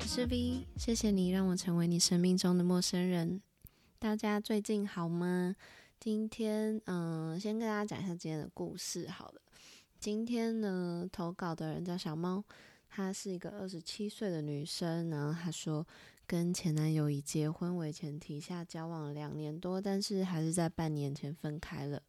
是 V，谢谢你让我成为你生命中的陌生人。大家最近好吗？今天，嗯、先跟大家讲一下今天的故事好了。今天呢，投稿的人叫小猫，她是一个二十七岁的女生。然后她说，跟前男友以结婚为前提下交往了两年多，但是还是在半年前分开了。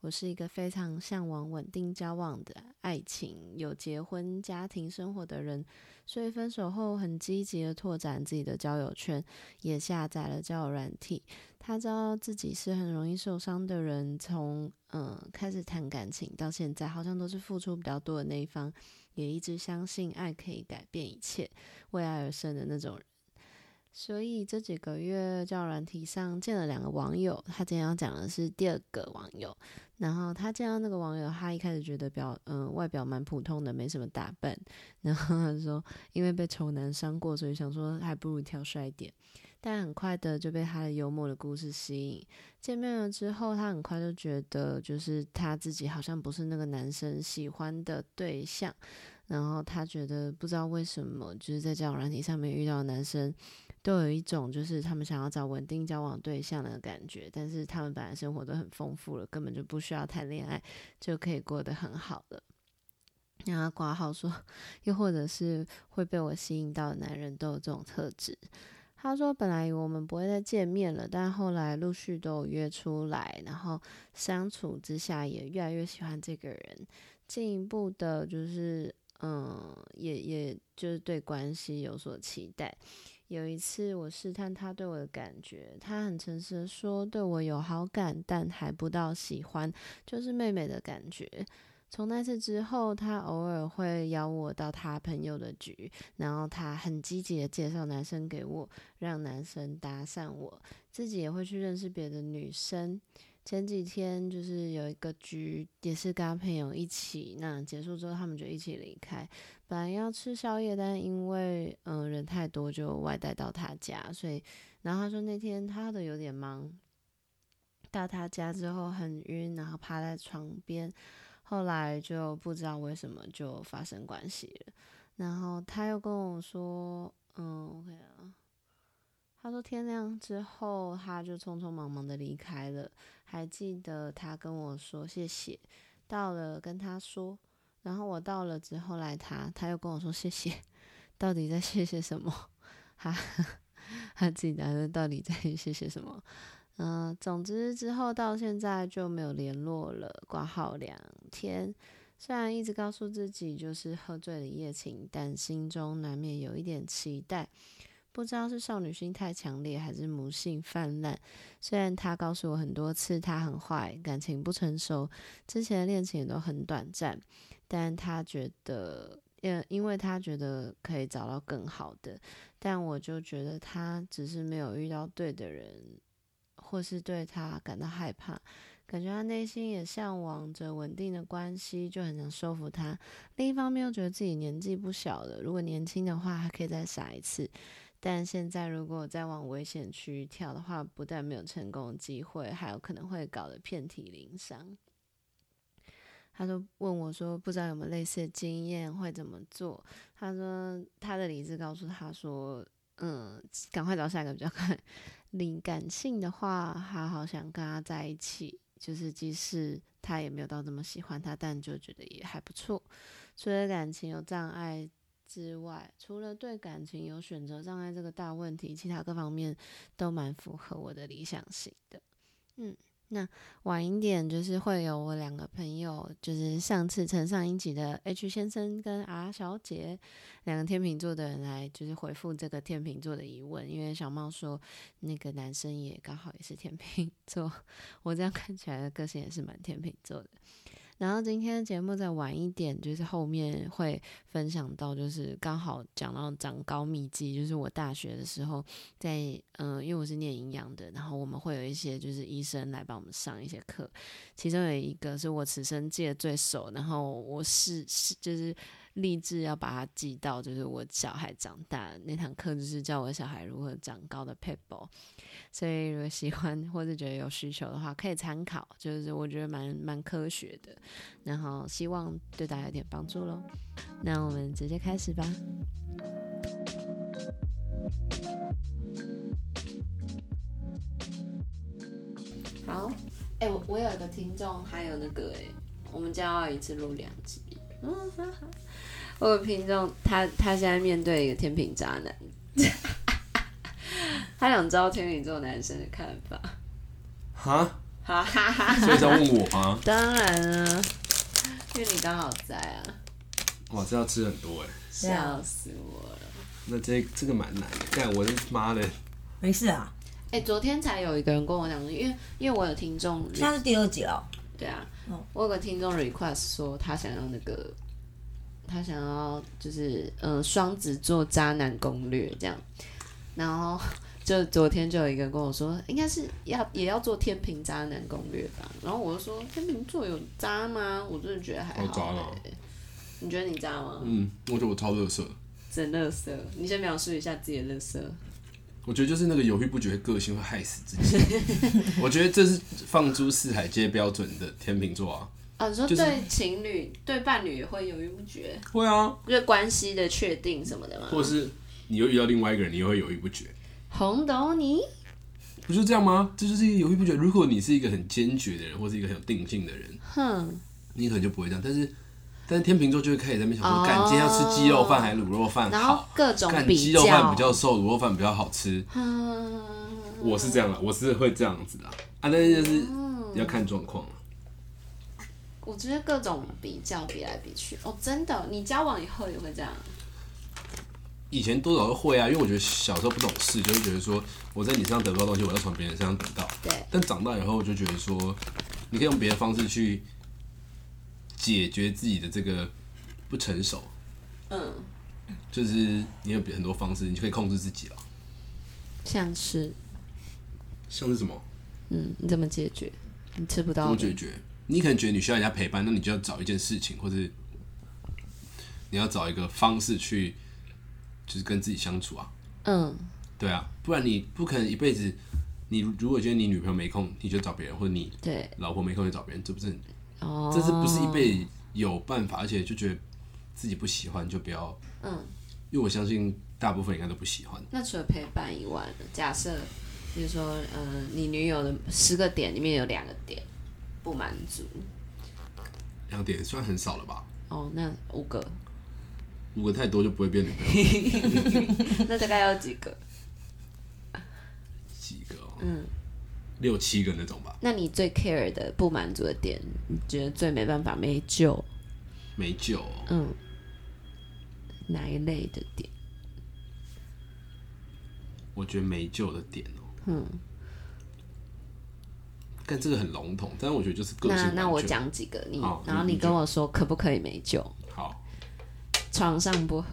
我是一个非常向往稳定交往的爱情、有结婚家庭生活的人，所以分手后很积极的拓展自己的交友圈，也下载了交友软体。他知道自己是很容易受伤的人，从嗯、呃开始谈感情到现在，好像都是付出比较多的那一方，也一直相信爱可以改变一切，为爱而生的那种人。所以这几个月交友软体上见了两个网友，他今天要讲的是第二个网友。然后他见到那个网友，他一开始觉得表嗯、外表蛮普通的，没什么打扮。然后他说，因为被丑男伤过，所以想说还不如挑帅一点。但很快的就被他的幽默的故事吸引。见面了之后，他很快就觉得，就是他自己好像不是那个男生喜欢的对象。然后他觉得不知道为什么，就是在交友软体上面遇到的男生，都有一种就是他们想要找稳定交往对象的感觉，但是他们本来生活都很丰富了，根本就不需要谈恋爱就可以过得很好了。然后挂号说，又或者是会被我吸引到的男人都有这种特质。他说本来以为我们不会再见面了，但后来陆续都有约出来，然后相处之下也越来越喜欢这个人，进一步的就是嗯，也也就是对关系有所期待。有一次，我试探他对我的感觉，他很诚实的说对我有好感，但还不到喜欢，就是妹妹的感觉。从那次之后，他偶尔会邀我到他朋友的局，然后他很积极的介绍男生给我，让男生搭讪我，自己也会去认识别的女生。前几天就是有一个局，也是跟他朋友一起，那结束之后他们就一起离开。本来要吃宵夜，但因为嗯、呃人太多，就外带到他家，所以然后他说那天他的有点忙，到他家之后很晕，然后趴在床边，后来就不知道为什么就发生关系了。然后他又跟我说，嗯，OK 啊，他说天亮之后他就匆匆忙忙的离开了，还记得他跟我说谢谢，到了跟他说。然后我到了之后来他，他又跟我说谢谢，到底在谢谢什么？ 他他自己答的到底在谢谢什么？嗯、总之之后到现在就没有联络了，挂号两天。虽然一直告诉自己就是喝醉了一夜情，但心中难免有一点期待。不知道是少女心太强烈，还是母性泛滥。虽然他告诉我很多次他很坏，感情不成熟，之前的恋情也都很短暂，但他觉得，呃，因为他觉得可以找到更好的，但我就觉得他只是没有遇到对的人，或是对他感到害怕，感觉他内心也向往着稳定的关系，就很想收服他。另一方面又觉得自己年纪不小了，如果年轻的话还可以再傻一次，但现在如果再往危险区跳的话，不但没有成功的机会，还有可能会搞得遍体鳞伤。他就问我说，不知道有没有类似的经验，会怎么做？他说他的理智告诉他说，嗯，赶快找下一个比较快。理感性的话，他好想跟他在一起，就是即使他也没有到这么喜欢他，但就觉得也还不错。除了感情有障碍之外，除了对感情有选择障碍这个大问题，其他各方面都蛮符合我的理想型的。嗯，那晚一点就是会有我两个朋友，就是上次陈上一集的 H 先生跟 R 小姐两个天秤座的人来，就是回复这个天秤座的疑问，因为小猫说那个男生也刚好也是天秤座， 我这样看起来的个性也是蛮天秤座的。然后今天的节目再晚一点，就是后面会分享到，就是刚好讲到长高秘籍，就是我大学的时候在，嗯、因为我是念营养的，然后我们会有一些就是医生来帮我们上一些课，其中有一个是我此生记得最熟，然后我是是就是立志要把它记到，就是我小孩长大那堂课，就是教我小孩如何长高的 p e b l e 所以如果喜欢或者觉得有需求的话，可以参考，就是我觉得蛮蛮科学的，然后希望对大家有点帮助喽。那我们直接开始吧。哎、我我有一个听众，还有那个哎、我们将要一次录两集。 我有听众，他他现在面对一个天秤渣男，他想知道天秤座男生的看法。哈，哈哈哈！所以在问我 吗？当然啊，因为你刚好在啊，哇，这要吃很多哎。对啊笑死我了。那这这个蛮难的，但我的妈的，没事啊，哎、昨天才有一个人跟我讲说，因为因为我有听众，现在是第二集 了，对啊，嗯我有个听众 request 说他想要那个，他想要就是嗯双子座渣男攻略这样，然后就昨天就有一个人跟我说，应该是要也要做天平渣男攻略吧，然后我就说天平座有渣吗？我真的觉得还我渣好、了欸。你觉得你渣吗？嗯，我觉得我超乐色。真乐色，你先描述一下自己的乐色。我觉得就是那个犹豫不决的个性会害死自 己。我觉得这是放诸四海皆标准的天秤座啊。啊，你说就是对情侣、对伴侣也会犹豫不决，会啊，对关系的确定什么的吗？或是你又遇到另外一个人，你又会犹豫不决，红豆泥，不就这样吗？这就是一个犹豫不决。如果你是一个很坚决的人，或是一个很有定性的人，哼，你可能就不会这样。但是，但是天秤座就会开始在那边想说，哦干、今天要吃鸡肉饭还是卤肉饭然后好？各种干鸡比肉饭较，比较瘦，卤肉饭比较好吃。嗯， 我是这样啦，我是会这样子的啊，但是就是要看状况啊了。我觉得各种比较比来比去，哦，真的，你交往以后也会这样，以前多少都会啊，因为我觉得小时候不懂事，就会觉得说我在你身上得不到东西，我要从别人身上得到。对，但长大以后，我就觉得说，你可以用别的方式去解决自己的这个不成熟，嗯，就是你有别很多方式，你就可以控制自己了。像是，像是什么？嗯，你怎么解决？你吃不怎到么的解决？你可能觉得你需要人家陪伴，那你就要找一件事情，或者你要找一个方式去，就是跟自己相处啊。嗯，对啊，不然你不可能一辈子，你如果觉得你女朋友没空，你就找别人，或者你对，老婆没空就找别人，这不是很哦，这是不是一辈子有办法？而且就觉得自己不喜欢就不要，嗯，因为我相信大部分应该都不喜欢。那除了陪伴以外呢，假设比如说，呃，你女友的十个点里面有两个点不满足，两点算很少了吧？哦，那五个，五个太多就不会变女朋友那大概有几个？ 几个、哦，嗯，六七个那种吧，那你最 care 的不满足的点，你觉得最没办法没救，没救、哦。嗯，哪一类的点？我觉得没救的点哦、嗯，但这个很笼统，但是我觉得就是个性那本来那我就讲几个你，好然后你你你跟就我说可不可以没救？好，床上不合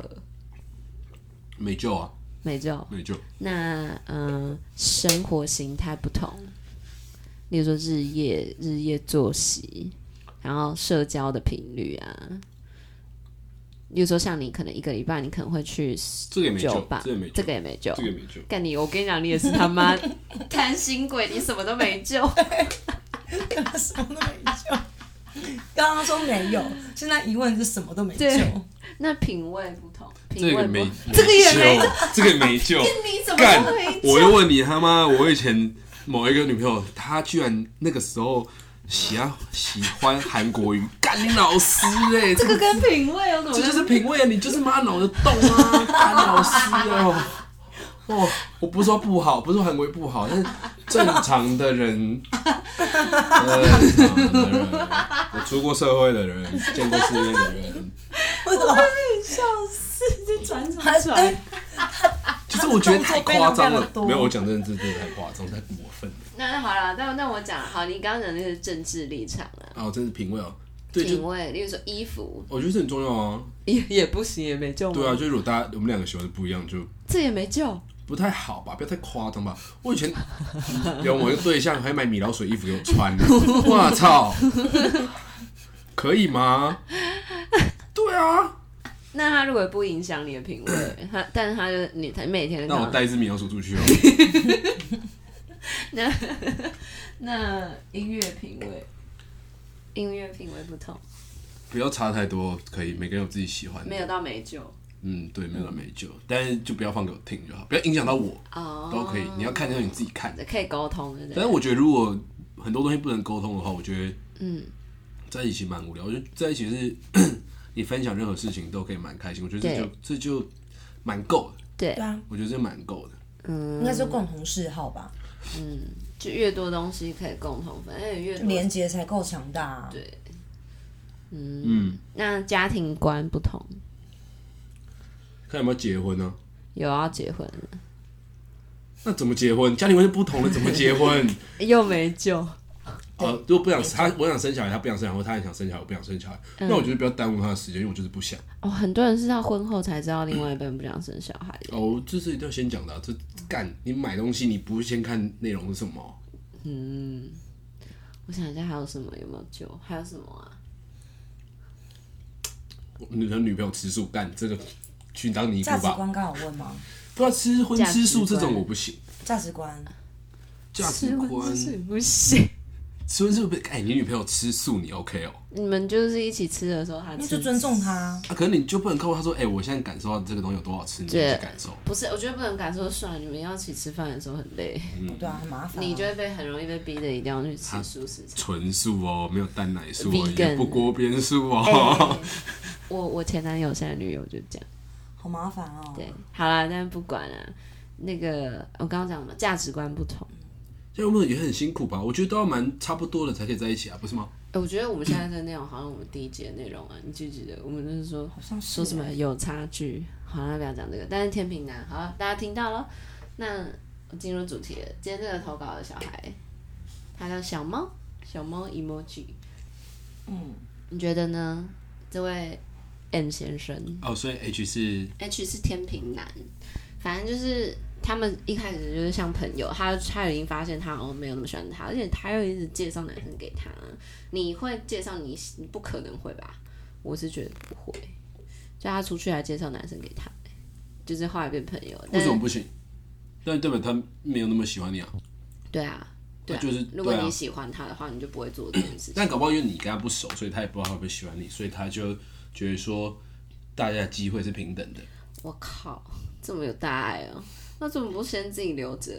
没救啊，没救，没救。那嗯、呃生活形态不同，例如说日夜日夜作息，然后社交的频率啊，例如说像你可能一个礼拜你可能会去这个也没救酒吧，这个也没救这个也没救，这个也没救，干你！我跟你讲，你也是他 妈贪心鬼，你什么都没 救。什么都没救。刚刚说没有，现在一问是什么都没救。对那品味不同，品这味个不没同，，这个也没救， 这个也没救。你怎么 干都没！救？我就问你他妈，我以前某一个女朋友，她居然那个时候喜欢喜欢韩国语，干你老师哎、 欸，这这个跟品味哦有什么这关就系？是品味，你就是妈脑子动啊，干老师 哦、哦，我不是说不好，不是说韩国语不好，但是正常的 人，呃正常的人，我出过社会的人，见过世面的人，为什么？哎笑死，这传什还么是传？就是我觉得太夸张动作非常非常了的，多没有，我讲真的，这真的太夸张，太过分了。那那好了，那那我讲好，你刚刚讲的那是政治立场啊，哦，真是品味哦、对，就品味，例如说衣服我觉得这很重要啊。也 也不行，也没救吗对啊，，就如果大家我们两个喜欢的不一样，就这也没救。不太好吧，不要太夸张吧。我以前有某一个对象还买米老鼠的衣服给我穿，我操，可以吗？对啊，那他如果不影响你的品味，他但是他就是你，他每天跟那我他带一只米老鼠出去哦。那音乐品味，音乐品味不同，不要差太多，可以，每个人有自己喜欢的。没有到没救嗯，对，没有美酒，但是就不要放给我听就好，不要影响到我哦，都可以。你要看就你自己看，啊可以沟通，对不对但是？我觉得如果很多东西不能沟通的话，我觉得嗯，在一起蛮无聊。我觉得在一起是 你分享任何事情都可以蛮开心，我觉得这就这就蛮够的。对对，啊，我觉得这蛮够的。嗯，应该是共同嗜好吧，就越多东西可以共同分，而且越多连接才够强大、啊。对嗯，那家庭观不同，看有没有结婚啊呢、有要结婚了，那怎么结婚？家庭关系不同了，怎么结婚？又没救，呃，如果不想他，我想生小孩，他不想生小孩，或他很想生小孩，我不想生小孩，那我觉得不要耽误他的时间，因为我就是不想。哦，很多人是到婚后才知道另外一半不想生小孩的，哦，这是一定要先讲的啊、这干你买东西，你不先看内容是什么？嗯，我想一下还有什么有没有救，还有什么啊？你的女朋友吃素，干这个去当尼姑价值吧。观刚好问吗？不要啊吃荤价值吃素这种观我不行，价值观，价值观是不行，吃荤是不是？哎，你女朋友吃素，你 OK 哦？你们就是一起吃的时候他那吃就，尊重他啊。啊，可能你就不能告诉他说，哎，我现在感受到这个东西有多好吃，你就对去感受。不是，我觉得不能感受算了，你们要一起吃饭的时候很 累，嗯对啊，很麻烦啊。你就会被很容易被逼的一定要去吃素食餐。纯素哦，没有蛋奶素哦， Vegan 也不锅边素哦。哎我我前男友现在女友就这样。好麻烦哦。对，好啦，但不管啦。那个我刚刚讲了嘛，价值观不同、这样我们也很辛苦吧？我觉得都要蛮差不多的才可以在一起啊，不是吗？嗯呃我觉得我们现在的内容好像我们第一节内容啊，你记不记得？我们就是说好像是说什么有差距，好像不要讲这个。但是天平男，好了，大家听到了。那我进入主题了，今天这个投稿的小孩，他叫小猫，小猫 emoji。嗯，你觉得呢？这位 M 先生哦，所以 H 是 H 是天平男，反正就是他们一开始就是像朋友，他他已经发现他好哦像没有那么喜欢他，而且他又一直介绍男生给他。你会介绍你？你不可能会吧？我是觉得不会，就他出去还介绍男生给他、欸就是后来变朋友。为但什是么不行？但代表他没有那么喜欢你啊。对啊，对啊，就是如果对啊你喜欢他的话，你就不会做这件事情。但搞不好因为你跟他不熟，所以他也不知道他会不会喜欢你，所以他就觉得说大家的机会是平等的。我靠，这么有大爱哦、那怎么不先自己留着？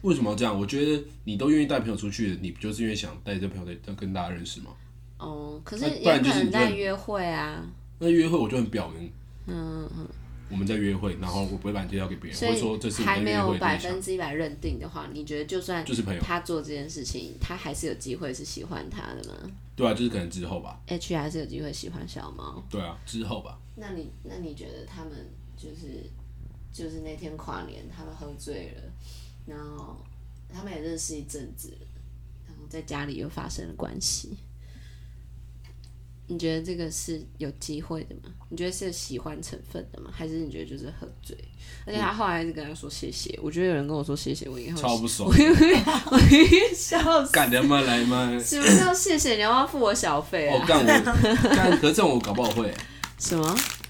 为什么要这样？我觉得你都愿意带朋友出去，你不就是因为想带这朋友来要跟大家认识吗？哦、可是那啊不也然可就是能你就在约会啊。那约会我就很表明嗯嗯，我们在约会，然后我不会把你介绍给别人，所我会以说这是我还们没在约有会的百对分象，之一百认定的话，你觉得就算就是朋友，他做这件事情，他还是有机会是喜欢他的吗对啊，就是可能之后吧， ？H 还是有机会喜欢小猫？对啊，之后吧。那你那你觉得他们就是就是那天跨年，他们喝醉了，然后他们也认识一阵子了，然后在家里又发生了关系。你觉得这个是有机会的吗？你觉得是有喜欢成分的吗？还是你觉得就是喝醉？而且他后来一直跟他说谢谢。我觉得有人跟我说谢谢，我应该超会不 爽我，因为我因为笑死。干他妈来吗？什么叫谢谢？你要不要付我小费哦，啊？干我干，可是这种我搞不好会，什么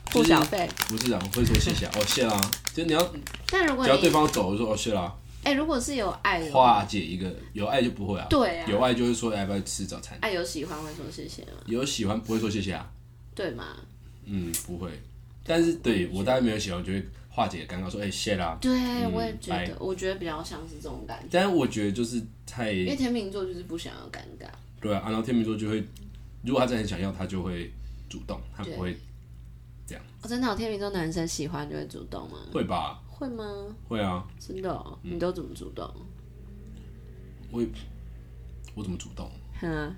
付就是小费？不是啊，我会说谢谢啊，哦谢啦，就你要但如果只要你对方走，我就说哦谢啦，哎、如果是有爱的话，化解一个有爱就不会啊，对啊有爱就会说哎要不要吃早餐，爱有喜欢会说谢谢吗？有喜欢不会说谢谢啊，对吗？嗯不会，但是对我大概没有喜欢，我就会化解尴尬说哎谢啦，对，我也觉拜得，我觉得比较像是这种感觉，但是我觉得就是太因为天秤座就是不想要尴尬，对啊，啊然后天秤座就会，如果他真的很想要，他就会主动，他对不会哦、真的、哦，天秤座男生喜欢就会主动吗？会吧，会吗？会啊，真的、哦？你都怎么主动？我也我怎么主动？哼、啊，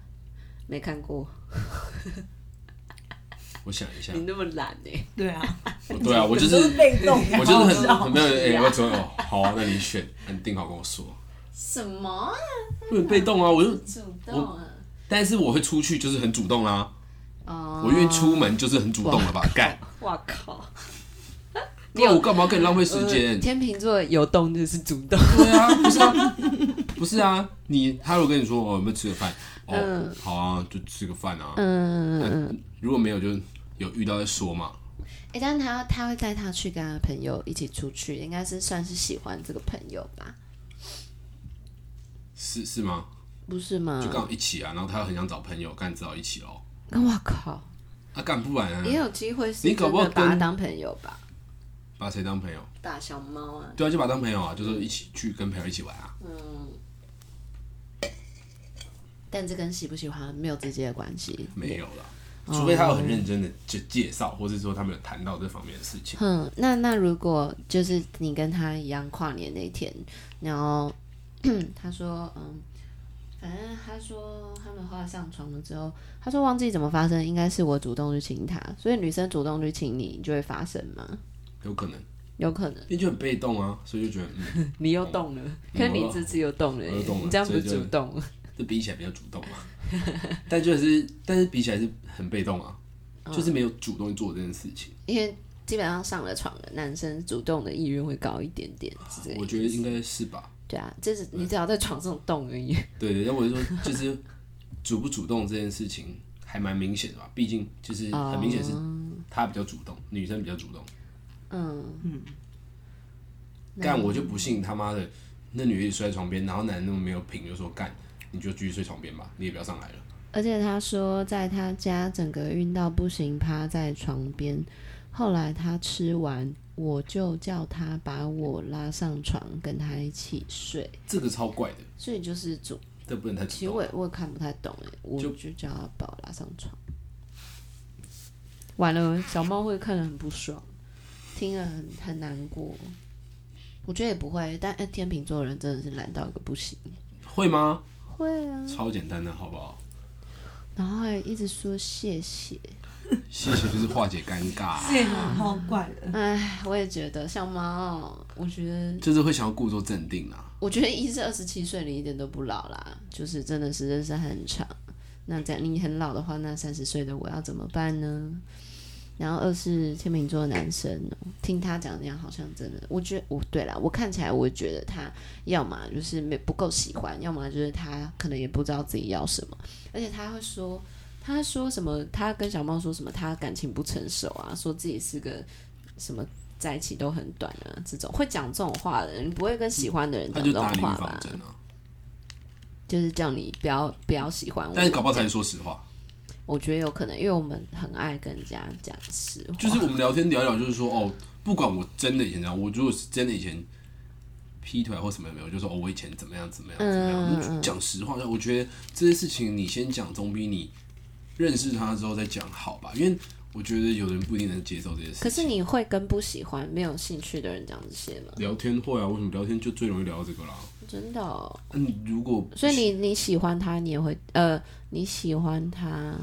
没看过，我想一 下你，那么懒欸呢、对啊，我对啊，我就是都是被动 的，我就是很好很笑没有哎、我怎么哦？好啊，那你选，你定好跟我说。什么啊我很被动啊，我就，主动啊？但是我会出去就是很主动啦、哦，我愿意出门就是很主动了吧？干，哇靠！不然我干嘛跟你浪费时间呃？天秤座有动就是主动，对啊，不是啊，不是啊，你他如果跟你说哦，有没有吃个饭？哦嗯，好啊，就吃个饭啊。嗯嗯嗯。如果没有就有遇到再说嘛。哎、但是他他会带他去跟他的朋友一起出去，应该是算是喜欢这个朋友吧？是是吗？不是吗就？刚好一起啊，然后他很想找朋友，干只好一起喽。我靠，啊，干不然也啊，有机会是你搞不好真的把他跟当朋友吧，把谁当朋友？把小猫啊，哎对啊，就把他当朋友啊，就是一起去跟朋友一起玩啊。嗯，但这跟喜不喜欢没有直接的关系。没有啦，哦除非他有很认真的就介绍，或是说他们有谈到这方面的事情。哼，那那如果就是你跟他一样跨年那天，然后他说，嗯，反正他说他们后来上床了之后，他说忘记怎么发生，应该是我主动去亲他，所以女生主动去亲你，你就会发生吗？有可能，有可能，因为就很被动啊，所以就觉得嗯，你又动了，可是你这次又动了耶，我又动了你这样不是所以主就动了，这比起来比较主动嘛。但就是，但是比起来是很被动啊，嗯就是没有主动做这件事情。因为基本上上了床了，男生主动的意愿会高一点点，是这个啊我意思觉得应该是吧。对啊，就是你只要在床上动而已。对对，但我就说，就是主不主动这件事情还蛮明显的吧，毕竟就是很明显是他比较主动，女生比较主动。哦嗯，干我就不信他妈的，那女的一直睡在床边，然后男的那么没有品，就说干你就继续睡床边吧，你也不要上来了。而且他说在他家整个晕到不行，趴在床边。后来他吃完，我就叫他把我拉上床，跟他一起睡。这个超怪的，所以就是主，这不能太其实主动我。也我也看不太懂哎，我就就叫他把我拉上床。完了，小猫会看得很不爽，听了很很难过。我觉得也不会，但哎天秤座的人真的是懒到一个不行。会吗？会啊，超简单的，好不好？然后还一直说谢谢。谢谢，就是化解尴尬，这也蛮好怪的。唉，哎我也觉得小猫，我觉得，就是会想要故作镇定啊啦。我觉得一至二十七岁你一点都不老啦，就是真的是认识很长。那这样你很老的话，那三十岁的我要怎么办呢？然后二是天秤座的男生哦，听他讲那样，好像真的，我觉得我对啦，我看起来我觉得他要么就是没不够喜欢，要么就是他可能也不知道自己要什么，而且他会说，他说什么，他跟小猫说什么，他感情不成熟啊，说自己是个什么在一起都很短啊，这种会讲这种话的人，你不会跟喜欢的人他讲就这种打你预话防吧？针啊，就是叫你不要不要喜欢我但，是搞不好才是说实话。我觉得有可能，因为我们很爱跟人家讲实话，就是我们聊天聊一聊，就是说哦，不管我真的以前怎样，我如果是真的以前劈腿或什么也没有，就说哦，我以前怎么样怎么样怎么嗯嗯样，嗯就讲实话。我觉得这些事情你先讲，总比你认识他之后再讲好吧，因为我觉得有人不一定能接受这些事情。 可是你会跟不喜欢、没有兴趣的人讲这些吗？聊天会啊，为什么聊天就最容易聊到这个啦？真的哦、嗯，如果所以你你喜欢他，你也会呃，你喜欢他，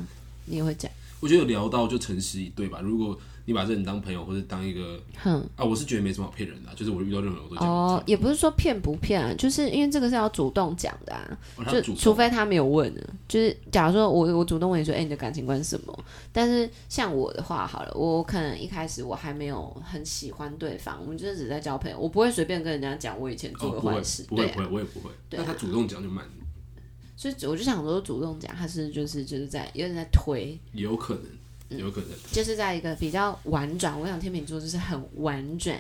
你也会讲，我觉得有聊到就诚实以对吧。如果你把这人当朋友或者当一个哼。啊，我是觉得没什么好骗人的啊、就是我遇到任何人我都讲哦，也不是说骗不骗、啊，就是因为这个是要主动讲的啊，哦他就主动除非他没有问呢。就是假如说我我主动问你说，哎、你的感情观是什么？但是像我的话，好了，我我可能一开始我还没有很喜欢对方，我们就是只在交朋友，我不会随便跟人家讲我以前哦做的不会坏事，不对会啊、不会我也不会，对啊那他主动讲就慢，所以我就想说，主动讲，他是就是就是在有点在推，有可能有可能。就是在一个比较婉转。我想天秤座就是很婉转，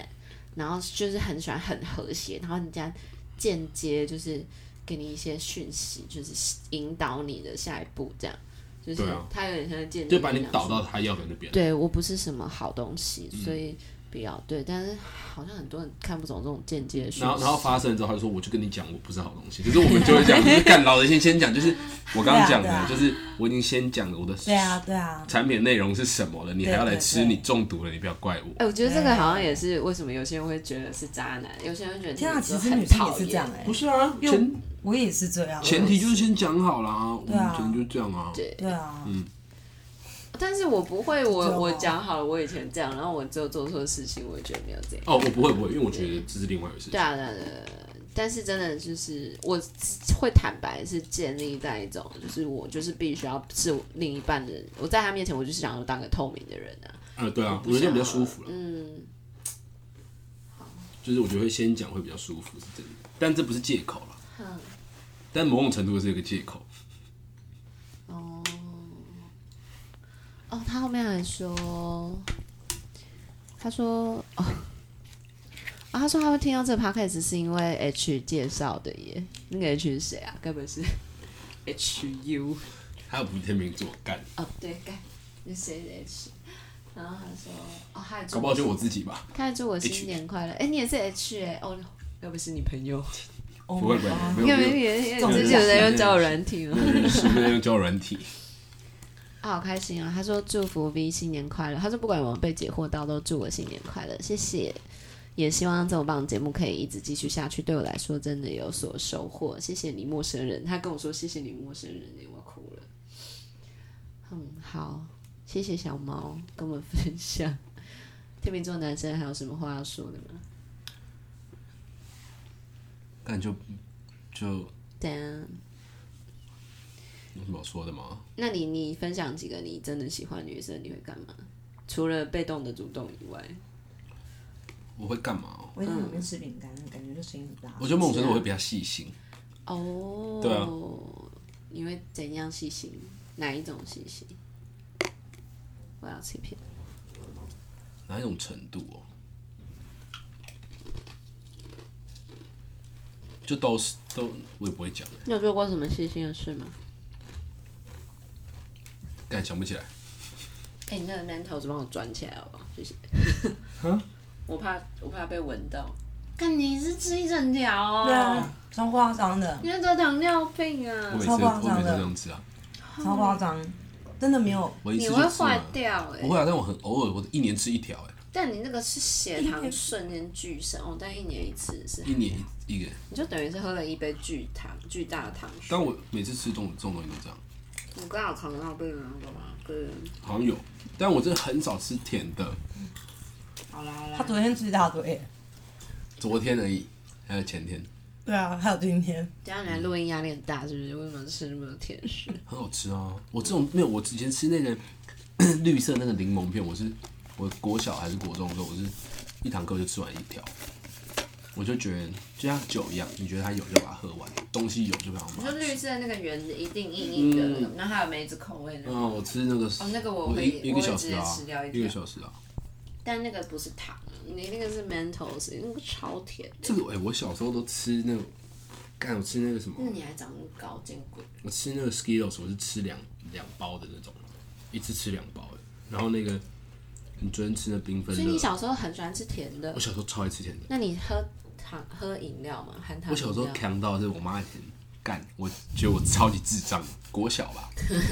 然后就是很喜欢很和谐，然后人家间接就是给你一些讯息，就是引导你的下一步，这样就是对啊他有点像间接就把你讲导说到嗯他要的那边。对我不是什么好东西，所以不要对。但是好像很多人看不懂这种间接的讯息，然后，然后发生之后，他就说：“我就跟你讲，我不是好东西。”可是我们就会讲，就是干老的先先讲，就是我刚刚讲对啊的，对就是我已经先讲了我的对啊，对啊，产品内容是什么了，你还要来吃，对对对你中毒了，你不要怪我。哎、我觉得这个好像也哎是为什么有些人会觉得是渣男，有些人会觉得天啊，秤其座实很女生讨也是这厌样哎、不是啊，因为前我也是这样。前提就是先讲好啦，我对们啊前就这样啊。对，对啊，但是我不会，真的我哦我讲好了，我以前这样，然后我只有做错事情，我也觉得没有这样。哦，我不会不会，因为我觉得这是另外一回事对。啊，对啊，对啊对啊但是真的就是我会坦白，是建立在一种，就是我就是必须要是我另一半的人，我在他面前我就是想要当个透明的人啊。啊，对啊，我不想觉得这样比较舒服了，嗯，就是我觉得会先讲会比较舒服，是真的。但这不是借口啦，好，但某种程度是一个借口。哦，哦，他后面还说，他说哦。啊、他说他会听到这个 podcast 是因为 H 介绍的耶，那个 H 是谁啊？该不会是 H U？还有不是天秤座干，哦，对，该那谁的 H？然后他说，哦，他还祝搞 不好就我自己吧。他还祝我 H 新年快乐。哎，你也是 H 哎、哦，要不是你朋友？ Oh 不会 my 不会 God 不你用有没有不用，也也总之之前有是在用那交友个软体吗？认识不用交友软体，啊，好开心啊！他说祝福 V 新年快乐，他说不管有没有被解惑到，都祝我新年快乐，谢谢。也希望这么棒的节目可以一直继续下去，对我来说真的有所收获。谢谢你，陌生人。他跟我说谢谢你，陌生人，我要哭了。嗯，好，谢谢小猫跟我们分享。天秤座男生还有什么话要说的吗？但就就对啊，有什么好说的吗？那你你分享几个你真的喜欢的女生，你会干嘛？除了被动的主动以外，我会干嘛哦？我一直在旁边吃饼干，感觉就声音很大。我觉得某种程度我会比较细心，哦，对啊你会怎样细心？哪一种细心？我要吃片。哪一种程度哦、就都是都我也不会讲，你有做过什么细心的事吗？但想不起来。哎、你那个 mantle 帮我转起来好不好？ 谢谢。我怕我怕被闻到。看你是吃一整条哦对啊，超夸张的，你是得糖尿病我啊每！次超我夸张的每次都这样吃啊，超夸张，真的没有。我一你次就会吃坏完。掉哎、不会啊，但我很偶尔，我一年吃一条，哎，但你那个是血糖瞬间巨升，哦，但一年一次是，一年一一个。你就等于是喝了一杯巨糖巨大的糖水。但我每次吃这种这种东西都这样，你刚好糖尿病啊，干嘛？对，好像有，但我真的很少吃甜的。好啦好啦他。昨天吃一大堆，昨天而已，还有前天，对啊，还有今天，这样你来录音压力很大，是不是？为什么吃那么多甜食？很好吃啊。我这种没有，我之前吃那个 绿色那个柠檬片，我是我国小还是国中的时候，我是一堂课就吃完一条，我就觉得就像酒一样，你觉得它有就把它喝完，东西有就把它 你喝说完。绿色的那个圆的，一定硬硬的，然后还有梅子口味的，嗯，我吃那个，哦那个我我会一一我个会小直时接啊吃掉一，条一个小时啊。但那个不是糖，你那个是 Mentos，那个超甜的。这个哎、我小时候都吃那种，干我吃那个什么，那你还长那么高见鬼！我吃那个 Skittles，我是吃两两包的那种，一次吃两包的。然后那个你昨天吃的缤纷所以你乐，小时候很喜欢吃甜的我，小时候超爱吃甜的。那你喝糖喝饮料吗？含糖我饮料？小时候强到是我妈以前干，我觉得我超级智障，国小 吧。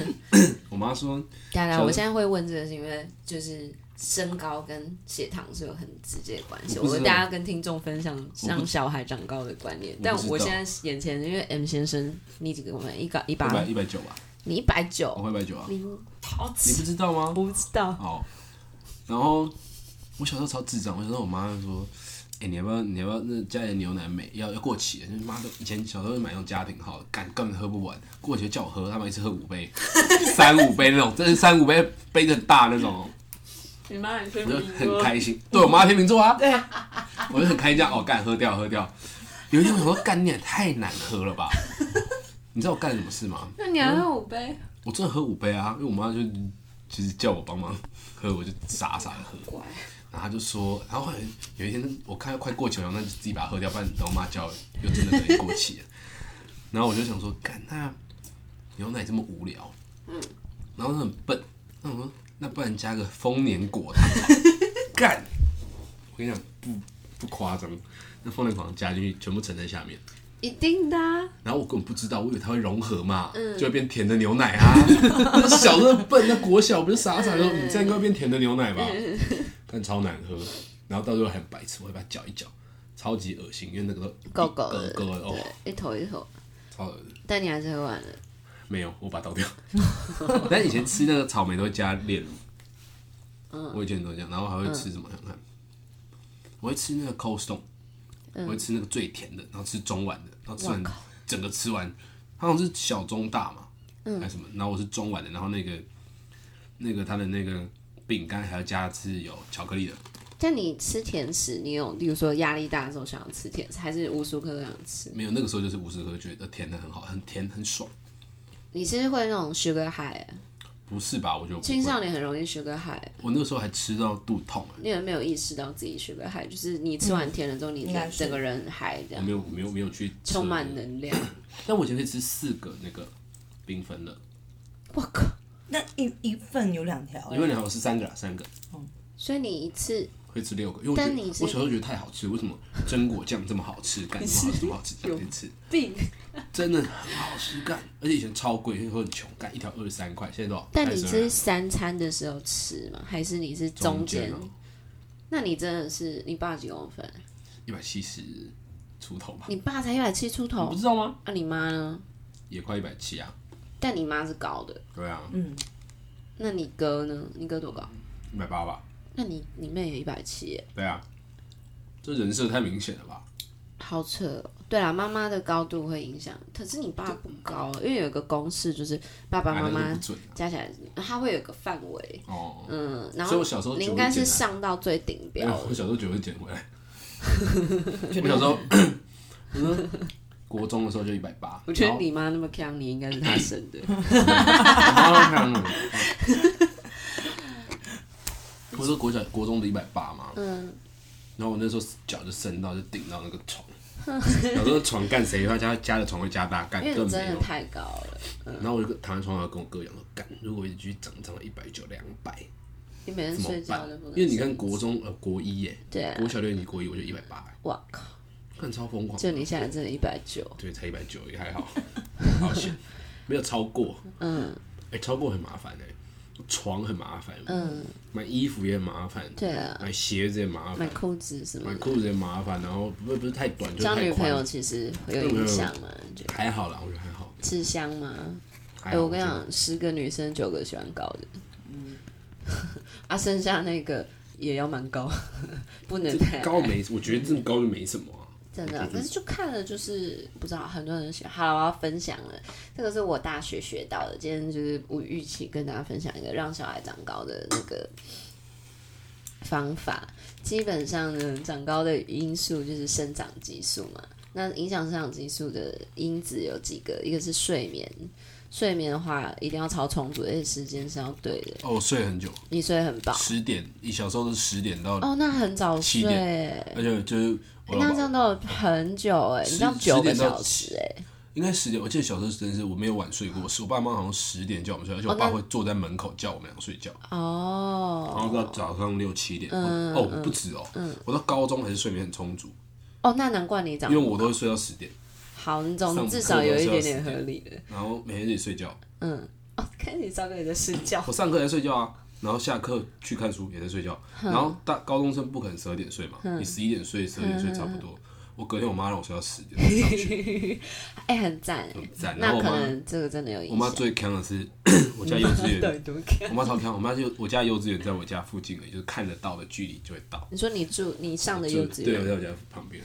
我妈说当小然，时候我现在会问这个是因为就是身高跟血糖是有很直接的关系。我我不知道跟大家跟听众分享像小孩长高的观念，但我我不知道现在眼前因为 M 先生，你几个我们一高一一百八，一百九吧，你一百我九，会一百九啊，你好你奇，不知道吗？我不知道。哦，然后我小时候超智障，我小时候我妈就说：“哎、你要不要你要不要那家里的牛奶每要要过期了？”就是妈都以前小时候就买那种家庭号，干根本喝不完，过期就叫我喝，他们一次喝五杯，三五杯那种，真是三五杯杯子很大那种，你妈很我就很开心。对我妈天秤座啊，对，我就很开心这样，哦，干喝掉喝掉。有一天我想说，干你也太难喝了 吧？你知道我干了什么事吗？那你还喝五杯？我真的喝五杯啊，因为我妈就就是叫我帮忙喝，我就傻傻的喝。乖，然后他就说，然后后来有一天我看快过期了，那就自己把它喝掉，不然等我妈叫了又真的等于过期 了。然后我就想说，干那牛奶这么无聊，嗯，然后很笨，那我说那不然加个丰年果糖好了，干，我跟你讲不不夸张，那丰年果糖加进去全部沉在下面，一定的啊、然后我根本不知道，我以为它会融合嘛，嗯就会变甜的牛奶 啊。那小时候笨，那国小不是傻傻的，你这样应该会变甜的牛奶吧？嗯但超难喝，然后到最后很白痴，我会把它搅一搅，超级恶心，因为那个都狗狗的，狗狗的哦，对，一头一头。超恶心。但你还是喝完了，没有，我把它倒掉。 但以前吃那个草莓都会加炼乳，嗯我以前都这样，然后还会吃什么？想想看，我会吃那个 Cold Stone，我会吃那个最甜的，然后吃中碗的，然后吃完嗯哇整个吃完，它好像是小中大嘛，嗯还是什么？然后我是中碗的，然后那个那个它的那个饼干还要加是有巧克力的，但你吃甜食，你有，例如说压力大的时候想要吃甜食，还是无时无刻都想吃？没有那个时候就是无时无刻觉得甜的很好，很甜很爽，你是会那种 sugar high，啊不是吧？我觉得我不青会少年很容易 sugar high，我那个时候还吃到肚痛、欸你有没有意识到自己 sugar high？就是你吃完甜了之后，你应该是整个人嗨这欸样，我没有没有没有去充满测能量。但我以前可以吃四个那个缤纷乐，我靠！那一一份有两条欸，因为两我是三个啦，三个。所以你一次会吃六个，因为我觉但得你我是小时候觉得太好吃，为什么榛果酱这么好吃， 干这么好吃，这么好吃，有这么吃，病。真的很好吃干，而且以前超贵，那时候很穷，干一条二十三块，现在多少？但你32是三餐的时候吃吗？还是你是中中间间？啊哦那你真的是你爸几公分？一百七十出头吧？你爸才一百七出你头嗯啊不，知道吗？那、你妈呢？也快一百七啊！但你妈是高的，对啊，那你哥呢？你哥多高？一百八吧？那你你妹也一百七，对啊，这人设太明显了吧？好扯哦。对啦，妈妈的高度会影响，可是你爸不高，啊因为有一个公式就是爸爸妈啊那就妈不准啊加起来，他会有个范围，哦。嗯，然所以后我小时候你就应会该减是啊上到最顶标哎了我小时候九会捡回 来，觉我得小时候，嗯，国中的时候就一百八。我觉得你妈那么强，你应该是她生 的。然后，我说国小国中的一百八嘛，嗯，然后我那时候脚就伸到就顶到那个床，然后那床干谁？他家家的床会加大干，因为根你本真没的有。太高了，然后我就躺在床上跟我哥讲说，干，如果我一直继续长，长到一百九、两百你每天怎么睡觉办都不？能。因为你看国，中呃国一耶，对啊国小六年级国一我就一百八，哇靠！看超疯狂。就你现在真的一百九，对，才一百九也还好， 好险，没有超过。嗯哎、超过很麻烦哎、床很麻烦，嗯，买衣服也很麻烦，对啊，买鞋子也麻买烦，裤子什么买的，裤子也麻烦，然后不是不是太短就是交太女朋友宽，其实会有影响嘛？你觉得还好啦，我觉得还好。吃香吗？还哎、好我跟你，讲，十个女生九个喜欢高的，嗯 啊，剩下那个也要蛮高， 不能这太这高没，我觉得这么高就没什么啊、真的啊、可是就看了就是不知道，很多人喜欢。好了，我要分享了，这个是我大学学到的。今天就是我预期跟大家分享一个让小孩长高的那个方法。基本上呢，长高的因素就是生长激素嘛。那影响生长激素的因子有几个？一个是睡眠，睡眠的话一定要超充足，而且时间是要对的。哦，我睡很久，你睡很饱十点，一小时候都是十点到，哦，那很早七睡点欸，而且就是我那老这样爸都有很久哎、十你这样十九个点到小时哎、应该十点，我记得小时候真的是我没有晚睡过，是我爸妈好像十点叫我们睡，而且我哦爸那会坐在门口叫我们俩睡觉。哦，然后到早上六七点，嗯哦，不止哦，我到高中还是睡眠很充足，哦，那难怪你长因为我都会睡到十点，好，你总上至课少都有是一要点十点合点理的。 然后每天自己睡觉，嗯，哦，看你上课也在睡觉我，上课也在睡觉啊，然后下课去看书也在睡觉，然后大高中生不可能十二点睡嘛，你十一点睡、十二点睡差不多，我隔天我妈让我睡到十 点才上学， 哎、很赞哎、很赞。嗯然那后我可妈，能这个真的有我影妈响。最坑的是 我家幼稚到园，底多看？我妈超坑，我妈就我家幼稚园在我家附近而已，就是看得到的距离就会到。你说你住你上的就幼稚园，对，啊在我家旁边。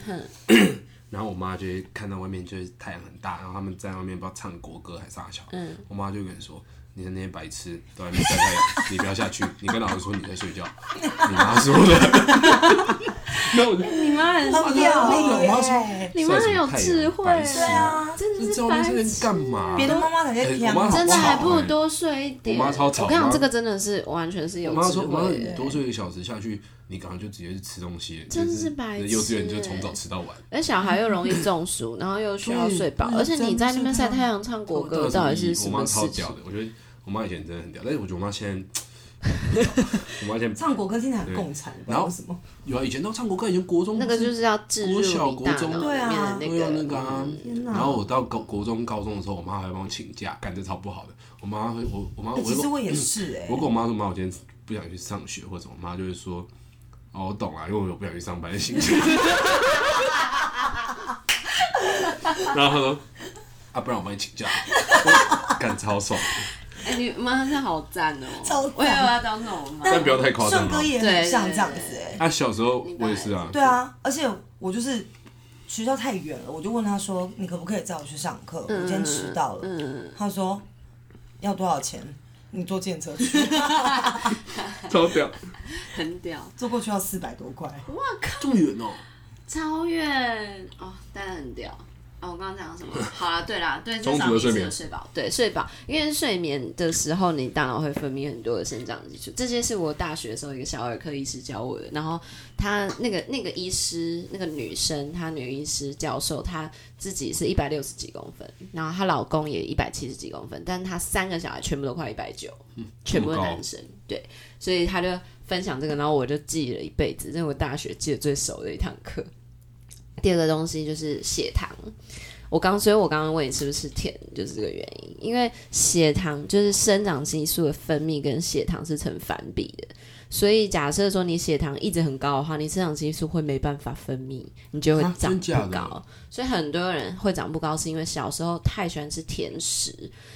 然后我妈就会看到外面就是太阳很大，然后他们在外面不知道唱国歌还是啥小，嗯我妈就跟人说：“你那些白痴都在外面晒太阳，你不要下去，你跟老师说你在睡觉。”你妈说的。 那我就你妈很好屌那我妈说哎耶！你妈很有智慧白痴对啊，真这的是在外白面晒太痴阳干嘛？别的妈妈才在哎听我妈好真的吵还不如欸多睡一点。妈超吵我跟你讲，妈这个真的是完全是有我妈智说：“我妈说慧你的。多睡一个小时下去，你赶快就直接去吃东西。”真就是是白幼稚园痴就从欸早吃到晚。而小孩又容易中暑，然后又需要对睡饱，对而且你在那边晒真的太阳唱国歌，到到底底有是什什么意义我妈么超事屌情？的，我觉得我妈以前真的很屌，但是我觉得我妈现在，我妈现在唱国歌听起来很共产，不知道为什么？有啊，以前都唱国歌，以前国中那个就是要置入国小你大国中脑里对啊面的那会有个嗯那个啊。天哪！然后我到高国中、高中的时候，我妈还帮我请假，干这超不好的。我妈会，我我妈呃我哎就其实跟我也是哎我，跟我妈说，妈，我今天不想去上学或者什么，我妈就会说，哦，我懂啊，因为我有不想去上班的心情。然后她说，啊，不然我帮你请假，我干超爽。哎、你妈真的好赞哦、超赞我也要当这种妈。但不要太夸张啊了顺哥。也对很对像这样对子哎。啊，小时候我也是啊，对啊，而且我就是学校太远了，我就问他说：“你可不可以载我去上课？我今天迟到了。他说：“要多少钱？你坐电车去，超屌，很屌，坐过去要四百多块。这么远哦、超远哦，但很屌。哦，我刚刚讲 到什么？好啦，对啦，对，充至少你足的是睡有眠睡饱，对，睡饱，因为睡眠的时候，你大脑会分泌很多的生长激素，这些是我大学的时候一个小儿科医师教我的。然后他那个那个医师，那个女生，她女医师教授，她自己是一百六十几公分，然后她老公也一百七十几公分，但她三个小孩全部都快一百九，全部都这么高男生，对，所以她就分享这个，然后我就记了一辈子，这是我大学记得最熟的一堂课。第二个东西就是血糖，我刚所以，我刚刚问你是不是甜，就是这个原因，因为血糖就是生长激素的分泌跟血糖是成反比的，所以假设说你血糖一直很高的话，你生长激素会没办法分泌，你就会啊长真假不的高。所以很多人会长不高，是因为小时候太喜欢吃甜食，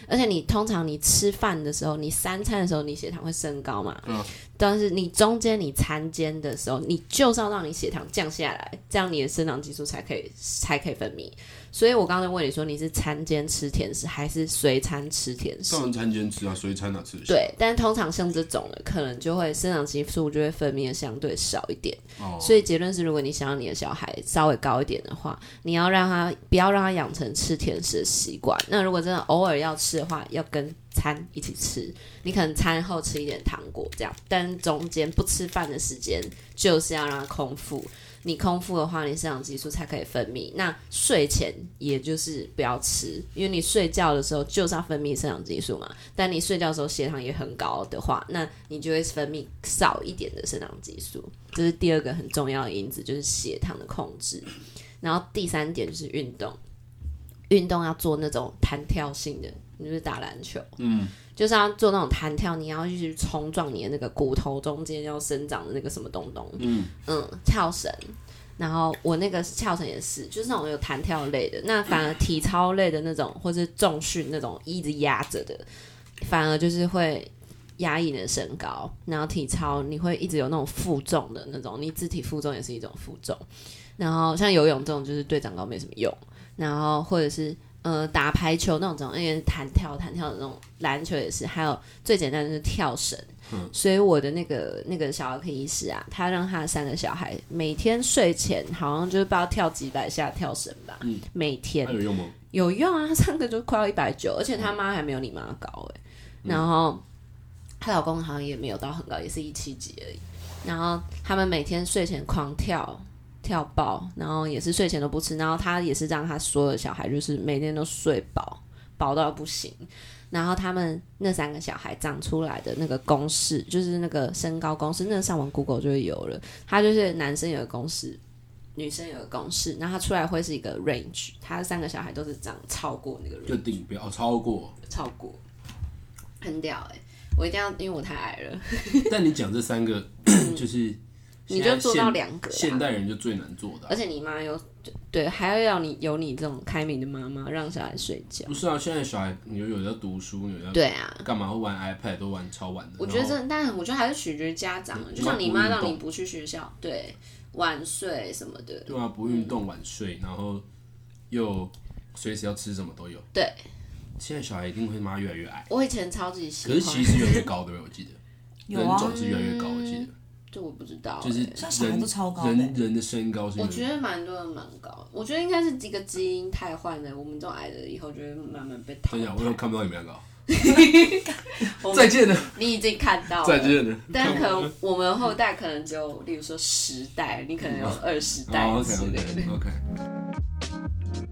而且你通常你吃饭的时候，你三餐的时候，你血糖会升高嘛。嗯但是你中间你餐间的时候，你就是要让你血糖降下来，这样你的生长激素才可以才可以分泌。所以我刚才问你说，你是餐间吃甜食还是随餐吃甜食当？然餐间吃啊，随餐哪吃得下？对，但通常像这种的，可能就会生长激素就会分泌的相对少一点。哦，所以结论是，如果你想要你的小孩稍微高一点的话，你要让他不要让他养成吃甜食的习惯。那如果真的偶尔要吃的话，要跟餐一起吃。你可能餐后吃一点糖果这样，但中间不吃饭的时间就是要让他空腹。你空腹的话，你生长激素才可以分泌。那睡前也就是不要吃，因为你睡觉的时候就是要分泌生长激素嘛。但你睡觉的时候血糖也很高的话，那你就会分泌少一点的生长激素。这是第二个很重要的因子，就是血糖的控制。然后第三点就是运动，运动要做那种弹跳性的，你就是打篮球，嗯，就是要做那种弹跳，你要去冲撞你的那个骨头中间要生长的那个什么东东，嗯跳绳。然后我那个跳绳也是，就是那种有弹跳类的，那反而体操类的那种，或是重训那种一直压着的，反而就是会压抑你的身高，然后体操你会一直有那种负重的那种，你自体负重也是一种负重。然后像游泳这种就是对长高没什么用，然后或者是呃打排球那种，因为弹跳弹跳的那种篮球也是，还有最简单的就是跳绳。所以我的那个那个小儿科医师啊，他让他三个小孩每天睡前好像就是不知道跳几百下跳绳吧，每天那有用吗？有用啊，她上个就快要一百九，而且她妈还没有你妈高哎、然后她老公好像也没有到很高，也是一七几而已。然后他们每天睡前狂跳跳爆，然后也是睡前都不吃，然后她也是让她所有的小孩就是每天都睡饱，饱到不行。然后他们那三个小孩长出来的那个公式，就是那个身高公式，那个上网 Google 就会有了。他就是男生有个公式，女生有个公式，然后他出来会是一个 range，他三个小孩都是长超过那个就 range，顶标哦超过。超过，很屌哎、我一定要，因为我太矮了，但你讲这三个 就是你现就在做到现两个、现啊，代人就最难做的啊、而且你妈又对，还要要你有你这种开明的妈妈让小孩睡觉，不是啊，现在小孩你有有在读书，有在对啊，干嘛？会玩 iPad 都玩超晚的。我觉得然后这，但我觉得还是取决于家长了，嗯就像你妈让你不不去学校，对，晚睡什么的，对啊，不运动晚睡，然后又随时要吃什么都有。对，现在小孩一定会妈越来越矮，我以前超级喜可欢，是其实越来越高，对不对？我记得有人啊，总是越来越高，我记得这我不知道、就是欸像小孩都超高的人人人的身高是越我来越觉得蛮多人蛮高，我觉得应该是这个基因太坏了，我们这种矮的以后就会慢慢被淘真的，我都汰。看不到你们两个啊。我再见了，你已经看到再了，见了。但可能我们后代可能只嗯哦有，例如说十代，你可能有二十代好之类的。 ，OK，OK，OK。